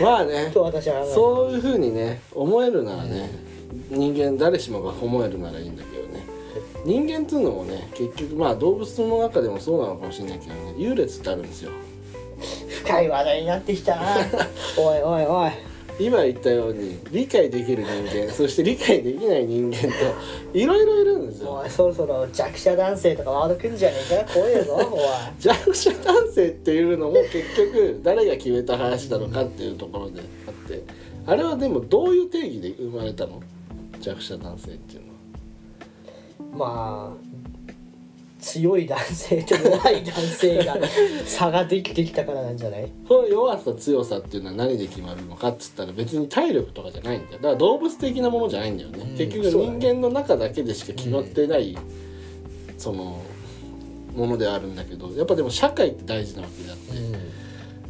S2: まあね
S1: と私はう
S2: そういうふうにね思えるならね、人間誰しもが思えるならいいんだけどね人間っていうのもね結局まあ動物の中でもそうなのかもしれないけどね優劣ってあるんですよ
S1: 深い話題になってきたな おいおいおい
S2: 今言ったように理解できる人間そして理解できない人間といろいろいるんですよ
S1: おいそろそろ弱者男性とかワードくんじゃねえか怖え ぞおい
S2: 弱者男性っていうのも結局誰が決めた話なのかっていうところであってあれはでもどういう定義で生まれたの弱者男性っていうのは
S1: まあ強い男性と弱い男性 が差ができてきたからなんじゃない
S2: その弱さ強さっていうのは何で決まるのかっつったら別に体力とかじゃないんだよだから動物的なものじゃないんだよね、
S4: うん
S2: 結
S1: そう
S2: 局
S1: だね
S2: 人間の中だけでしか決まってない、そのものであるんだけどやっぱでも社会って大事なわけであって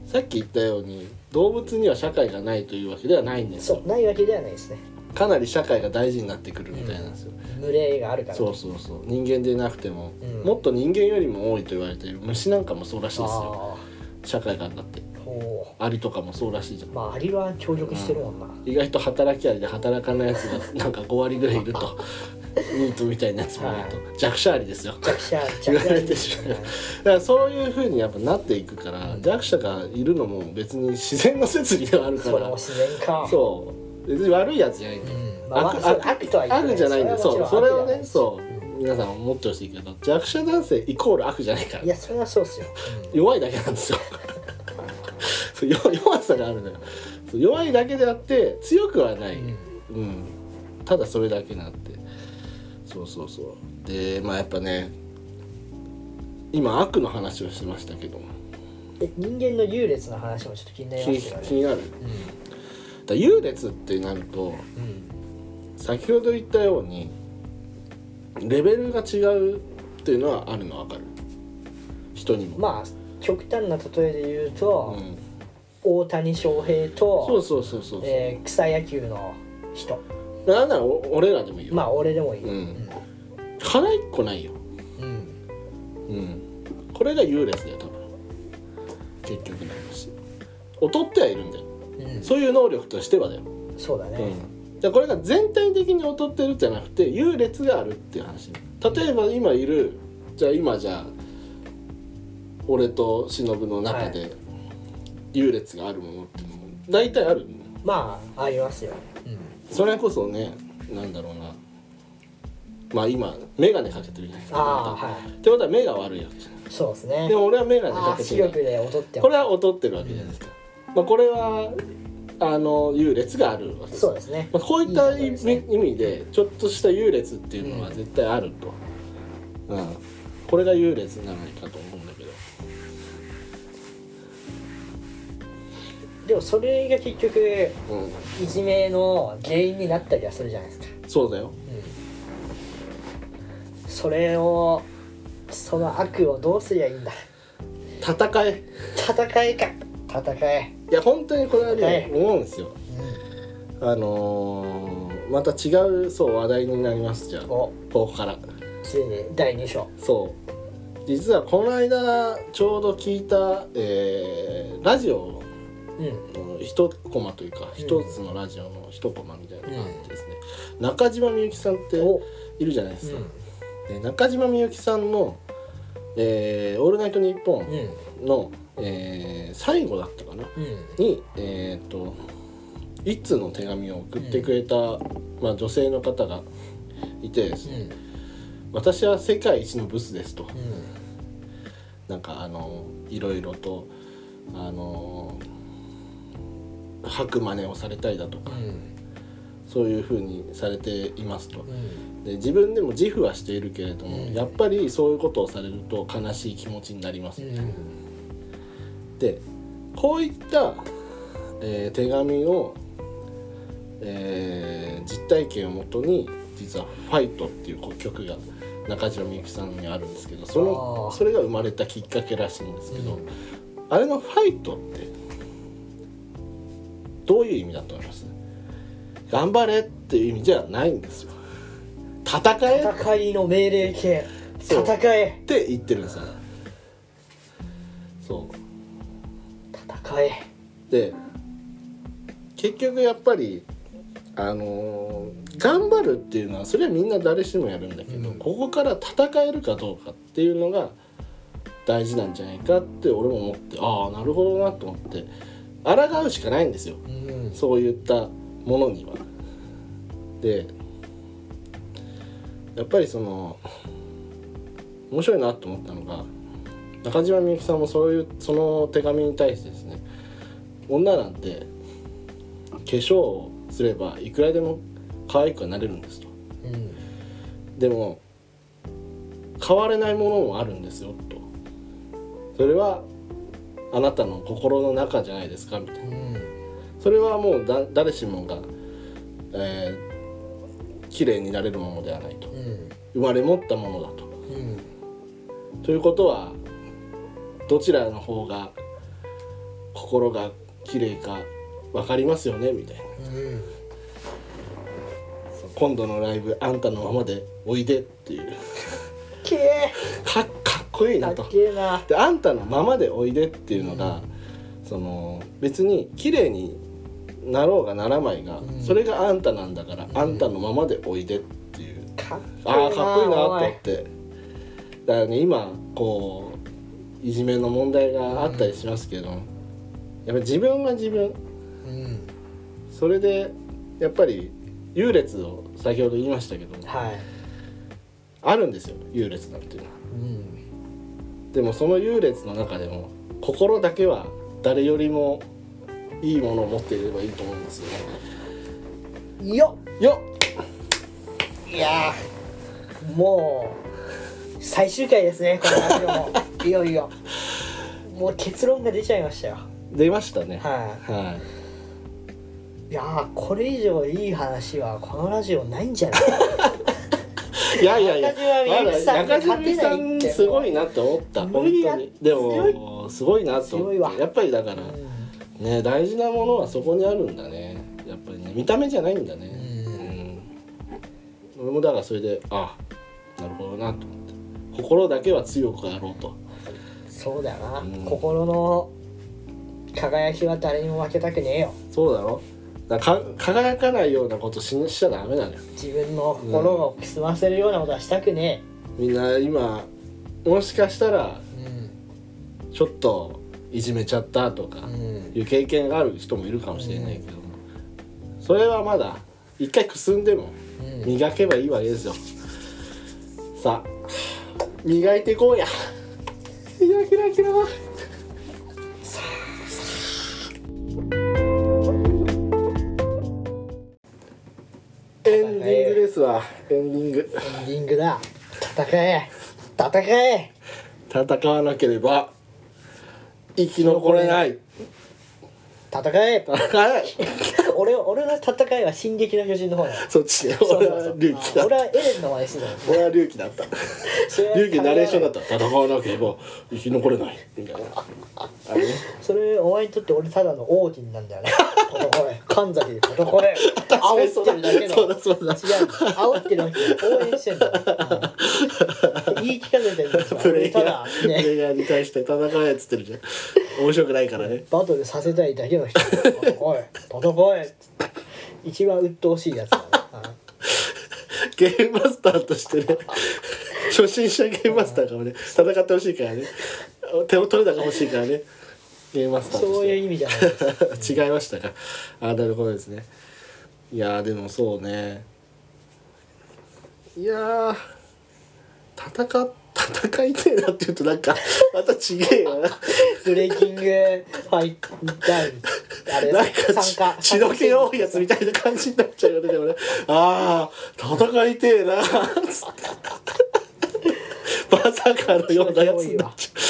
S2: さっき言ったように動物には社会がないというわけではないんです
S1: そ
S2: よ
S1: うないわけではないですね
S2: かなり社会が大事になってくるみたいなんですよ、
S1: 群れがあるから
S2: そうそうそう人間でなくても、
S4: うん
S2: もっと人間よりも多いと言われている虫なんかもそうらしいです
S1: あ
S2: よ社会がだって
S1: あほ
S2: アリとかもそうらしいじゃん
S1: うまあアリは協力してるもんな、
S2: 意外と働きアリで働かないやつが なんか5割ぐらいいるとニートみたいなやつもいると、弱者アリですよ
S1: 弱者
S2: 言
S1: 弱
S2: わ
S1: 者
S2: れてしまうだからそういうふうにやっぱなっていくから、弱者がいるのも別に自然の設備ではあるか
S1: それも
S2: ら
S1: 自然か
S2: そう別に悪いやつじゃないんだよ、
S1: まあ
S2: 悪
S1: そう
S2: 悪
S1: 悪とは言ってない
S2: 悪じゃないんだよ
S1: それ
S2: そう
S1: は
S2: それを
S1: もちろん悪じゃない
S2: ねそう皆さん思ってほしいけど弱者男性イコール悪じゃないから
S1: いやそれはそうっすよ
S2: 弱いだけなんですよ そう弱弱さがあるのよそう弱いだけであって強くはない、うん、ただそれだけなってそうそうそうでまあやっぱね今悪の話をしてましたけど
S1: で人間の優劣の話もちょっと気にな
S2: 気
S1: りま
S2: に
S1: すよ
S2: 気
S1: ね
S2: になるだ優劣ってなると先ほど言ったようにレベルが違うっていうのはあるの分かる人にも、
S1: まあ極端な例えで言うと、
S2: うん、
S1: 大谷翔平
S2: そう
S1: と、
S2: そうそうそう、
S1: えー草野球の人
S2: なんならお俺らでもいいよ、
S1: まあ俺でもいい、
S2: うん、課題っこないよ、うん、これが優劣だよ多分結局の話劣ってはいるんだよそういう能力としてはだよ、
S1: そうだね、
S2: うん、じゃあこれが全体的に劣ってるじゃなくて優劣があるっていう話例えば今いるじゃあ今じゃあ俺と忍の中
S1: は
S2: で優劣があるものってもう大体ある
S1: まあありますよ
S2: それこそねなんだろうなまあ今眼鏡かけてるじゃないですか
S1: ああはい
S2: ってことは目が悪いわけじゃない
S1: そうですね
S2: でも俺は眼鏡
S1: あ
S2: か
S1: あ
S2: け
S1: 視
S2: てない
S1: 力で劣って
S2: これ
S1: は
S2: は劣ってるわけじゃないですか、まあ、これはあの優劣があるわけです
S1: そ
S2: ま
S1: うですね
S2: あ、こういった
S1: いいところで
S2: 意味
S1: すね
S2: 意味でちょっとした優劣っていうのは絶対あると、うんこれが優劣なのかと思うんだけど
S1: でもそれが結局、
S2: うん
S1: いじめの原因になったりはするじゃないですか
S2: そうだよ
S1: それをその悪をどうすりゃいいんだ
S2: 戦え
S1: 戦いか戦え
S2: いや本当にこれはね、
S1: はい
S2: 思うんですよあのーまた違うそう話題になりますじゃあこ
S1: お
S2: こから
S1: ついに第2章
S2: そう実はこの間ちょうど聞いた、えーラジオを
S1: うん
S2: 一コマというか一つのラジオの一コマみたいなのがあってですね、中島みゆきさんって
S1: お
S2: いるじゃないですか、で中島みゆきさんの「えーオールナイトニッポンの」えー最後だったかなに、えー、と一通の手紙を送ってくれた、まあ、女性の方がいてですね、私は世界一のブスです」と。なんかあのいろいろとあの吐く真似をされたりだとか、そういうふうにされていますと、で自分でも自負はしているけれども、
S4: うん
S2: やっぱりそういうことをされると悲しい気持ちになります、でこういった、えー手紙を、えー実体験をもとに実は「ファイトっていう曲が中島みゆきさんにあるんですけどそ
S1: あ
S2: の
S1: ー
S2: それが生まれたきっかけらしいんですけど、
S4: うん
S2: あれの「ファイトってどういう意味だと思います頑張れっていう意味じゃないんですよ。戦えっ
S1: 戦いの命令形
S2: そう
S1: 戦え
S2: て言ってるんですよ。そう
S1: 戦え
S2: で結局やっぱりあのー頑張るっていうのはそれはみんな誰しもやるんだけど、
S4: うん
S2: ここから戦えるかどうかっていうのが大事なんじゃないかって俺も思ってああなるほどなと思って抗うしかないんですよそういったものには。でやっぱりその面白いなと思ったのが中島みゆきさんもそういうその手紙に対してですね女なんて結粧をすればいくらでも可愛くはなれるんですと
S4: うん
S2: でも変われないものもあるんですよとそれはあなたの心の中じゃないですかみたいな
S4: うん
S2: それはもうだ誰しもが、えー、綺麗になれるものではないと
S4: うん
S2: 生まれ持ったものだと
S4: うん
S2: ということはどちらの方が心が綺麗か分かりますよねみたいな
S4: うん
S2: 「今度のライブあんたのままでおいで」っていう
S1: けえ
S2: かっかっこいい
S1: か
S2: な
S1: っ
S2: と。
S1: けえな
S2: であんたのままでおいでっていうのが、その別に綺麗になろうがならまいが、
S4: うん
S2: それがあんたなんだから、あんたのままでおいでっていう
S1: かっ
S2: ああ
S1: な
S2: かっこいいなと
S1: お
S2: 思ってだからね今こういじめの問題があったりしますけど、やっぱり自分は自分
S4: うん
S2: それでやっぱり優劣を先ほど言いましたけど、
S1: はい
S2: あるんですよ優劣なんていうのは
S4: うん
S2: でもその優劣の中でも心だけは誰よりもいいものを持っていればいいと思うんですよね
S1: よ
S2: よっ
S1: っいやーもう最終回ですねこのラジオもいよいよもう結論が出ちゃいましたよ
S2: 出ましたね、
S1: はい
S2: は
S1: い
S2: い
S1: やーこれ以上いい話はこのラジオないんじゃない
S2: いやいやいや、ま
S1: 中島みゆきさ
S2: だ
S1: んが
S2: 中
S1: 勝
S2: 島
S1: てないって
S2: さんすごいなって思った、
S1: もう
S2: 本
S1: 無理
S2: 当
S1: だ
S2: に。で
S1: 強
S2: も、すごいなと思っ
S1: 強いわ
S2: て、やっぱりだから、ね、大事なものはそこにあるんだね。やっぱりね、見た目じゃないんだね。うん。俺もだから、それで、あ、なるほどなと思って。心だけは強くあろうと。
S1: そうだよな、
S2: うん
S1: 心の輝きは誰にも負けたくねえよ
S2: そうだろだからか輝かないようなことししちゃダメなのよ。
S1: 自分の心をくすませるようなことはしたくね
S2: みんな今、もしかしたら、
S4: うん
S2: ちょっといじめちゃったとか。
S4: うん
S2: いう経験がある人もいるかもしれないけども、それはまだ一回くすんでも
S4: うん
S2: 磨けばいいわけですよさあ磨いていこうやキラキラキラエンディングですわエンディング
S1: えエンディングだ戦え戦え
S2: 戦わなければ生き残れない
S1: 戦え
S2: 戦え
S1: 俺俺の戦いは「進撃の巨人」の方だよ
S2: そっちね
S1: そう
S2: 俺
S1: そうそ
S2: は
S1: う
S2: 龍騎だ
S1: 俺はエレンの方ですよ
S2: 俺は龍騎だった
S1: それは
S2: 龍騎ナレーションだった戦わなければ生き残れないみたいなあ れね
S1: それお前にとって俺ただのオーディンなんだよね戦え神崎で戦え煽ってるだけの
S2: そうだそうだ
S1: 違う煽ってるわけじゃない応援してん だよ、うん言い聞かせてるんですよ
S2: プレイ
S1: た
S2: ヤ
S1: だ
S2: ー、プレ
S1: ね
S2: イヤーに対して戦えっつってるじゃん面白くないからね
S1: バトルさせたいだけの人戦え戦え一番鬱陶しいやつだね、
S2: ゲームマスターとしてね初心者ゲームマスターからね戦ってほしいからね手を取れたが欲しいからねゲームマス
S1: う
S2: タ
S1: ん
S2: ーとして
S1: そういう意味じゃないです
S2: 違いましたかあーなるほどですねいやーでもそうねいやー戦っ戦いてえなって言うとなんかまたちげえよな
S1: ブレイキングファイダウンあれ
S2: なんか
S1: 参加
S2: ち血の気多いやつみたいな感じになっちゃうよねでもねああ戦いてえな つってまさかのようなやつになっちゃう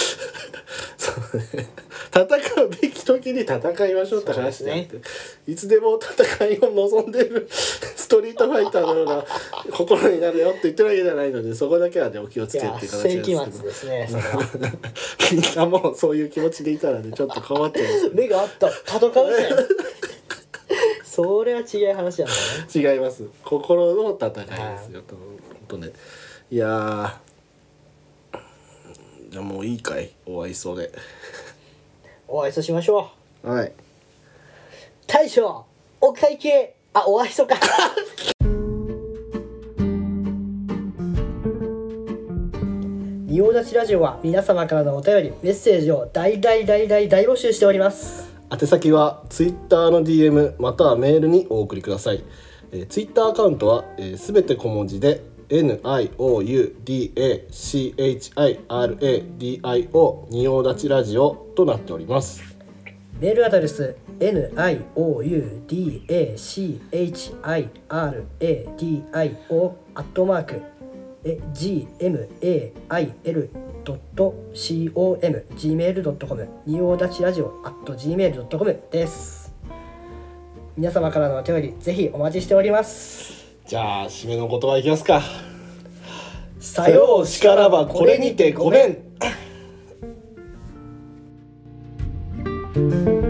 S2: そうね戦うべき時に戦いましょうって話であって、
S1: そう
S2: いつでも戦いを望んでる ストリートファイターのような心になるよって言ってるわけじゃないのでそこだけはねお気をつ
S1: い
S2: けっていう
S1: や
S2: 形です
S1: 世
S2: け
S1: 紀
S2: ど
S1: 末ですねそれは
S2: みんなもうそういう気持ちでいたらねちょっと困っちゃいます
S1: 目があった戦うぜそれは違う話なんだね
S2: 違います心の戦いですよととねいやーじゃあもういいかいお会いそうで
S1: お会いしましょう
S2: はい
S1: 大将お会計あお会いしそうか仁王立ちラジオは皆様からのお便りメッセージを大大大大大募集しております
S2: 宛先は Twitter の DM またはメールにお送りください、えー、Twitter アカウントはすべ、全て小文字で NIOUDACHIRADIO 仁王立ちラジオとなっております
S1: メールアドレス NIOUDACHIRADIO アットマーク gmail.com gmail.com ニオダチラジオ at gmail.com です皆様からのお便りぜひお待ちしております
S2: じゃあ締めの言葉いきますか
S1: さ
S2: さ
S1: よ
S2: よ
S1: う
S2: う
S1: し
S2: し
S1: か
S2: からら
S1: ば
S2: ば
S1: こ
S2: こ
S1: れ
S2: れ
S1: に
S2: に
S1: て
S2: て
S1: ご
S2: ご
S1: め
S2: め
S1: ん
S2: ん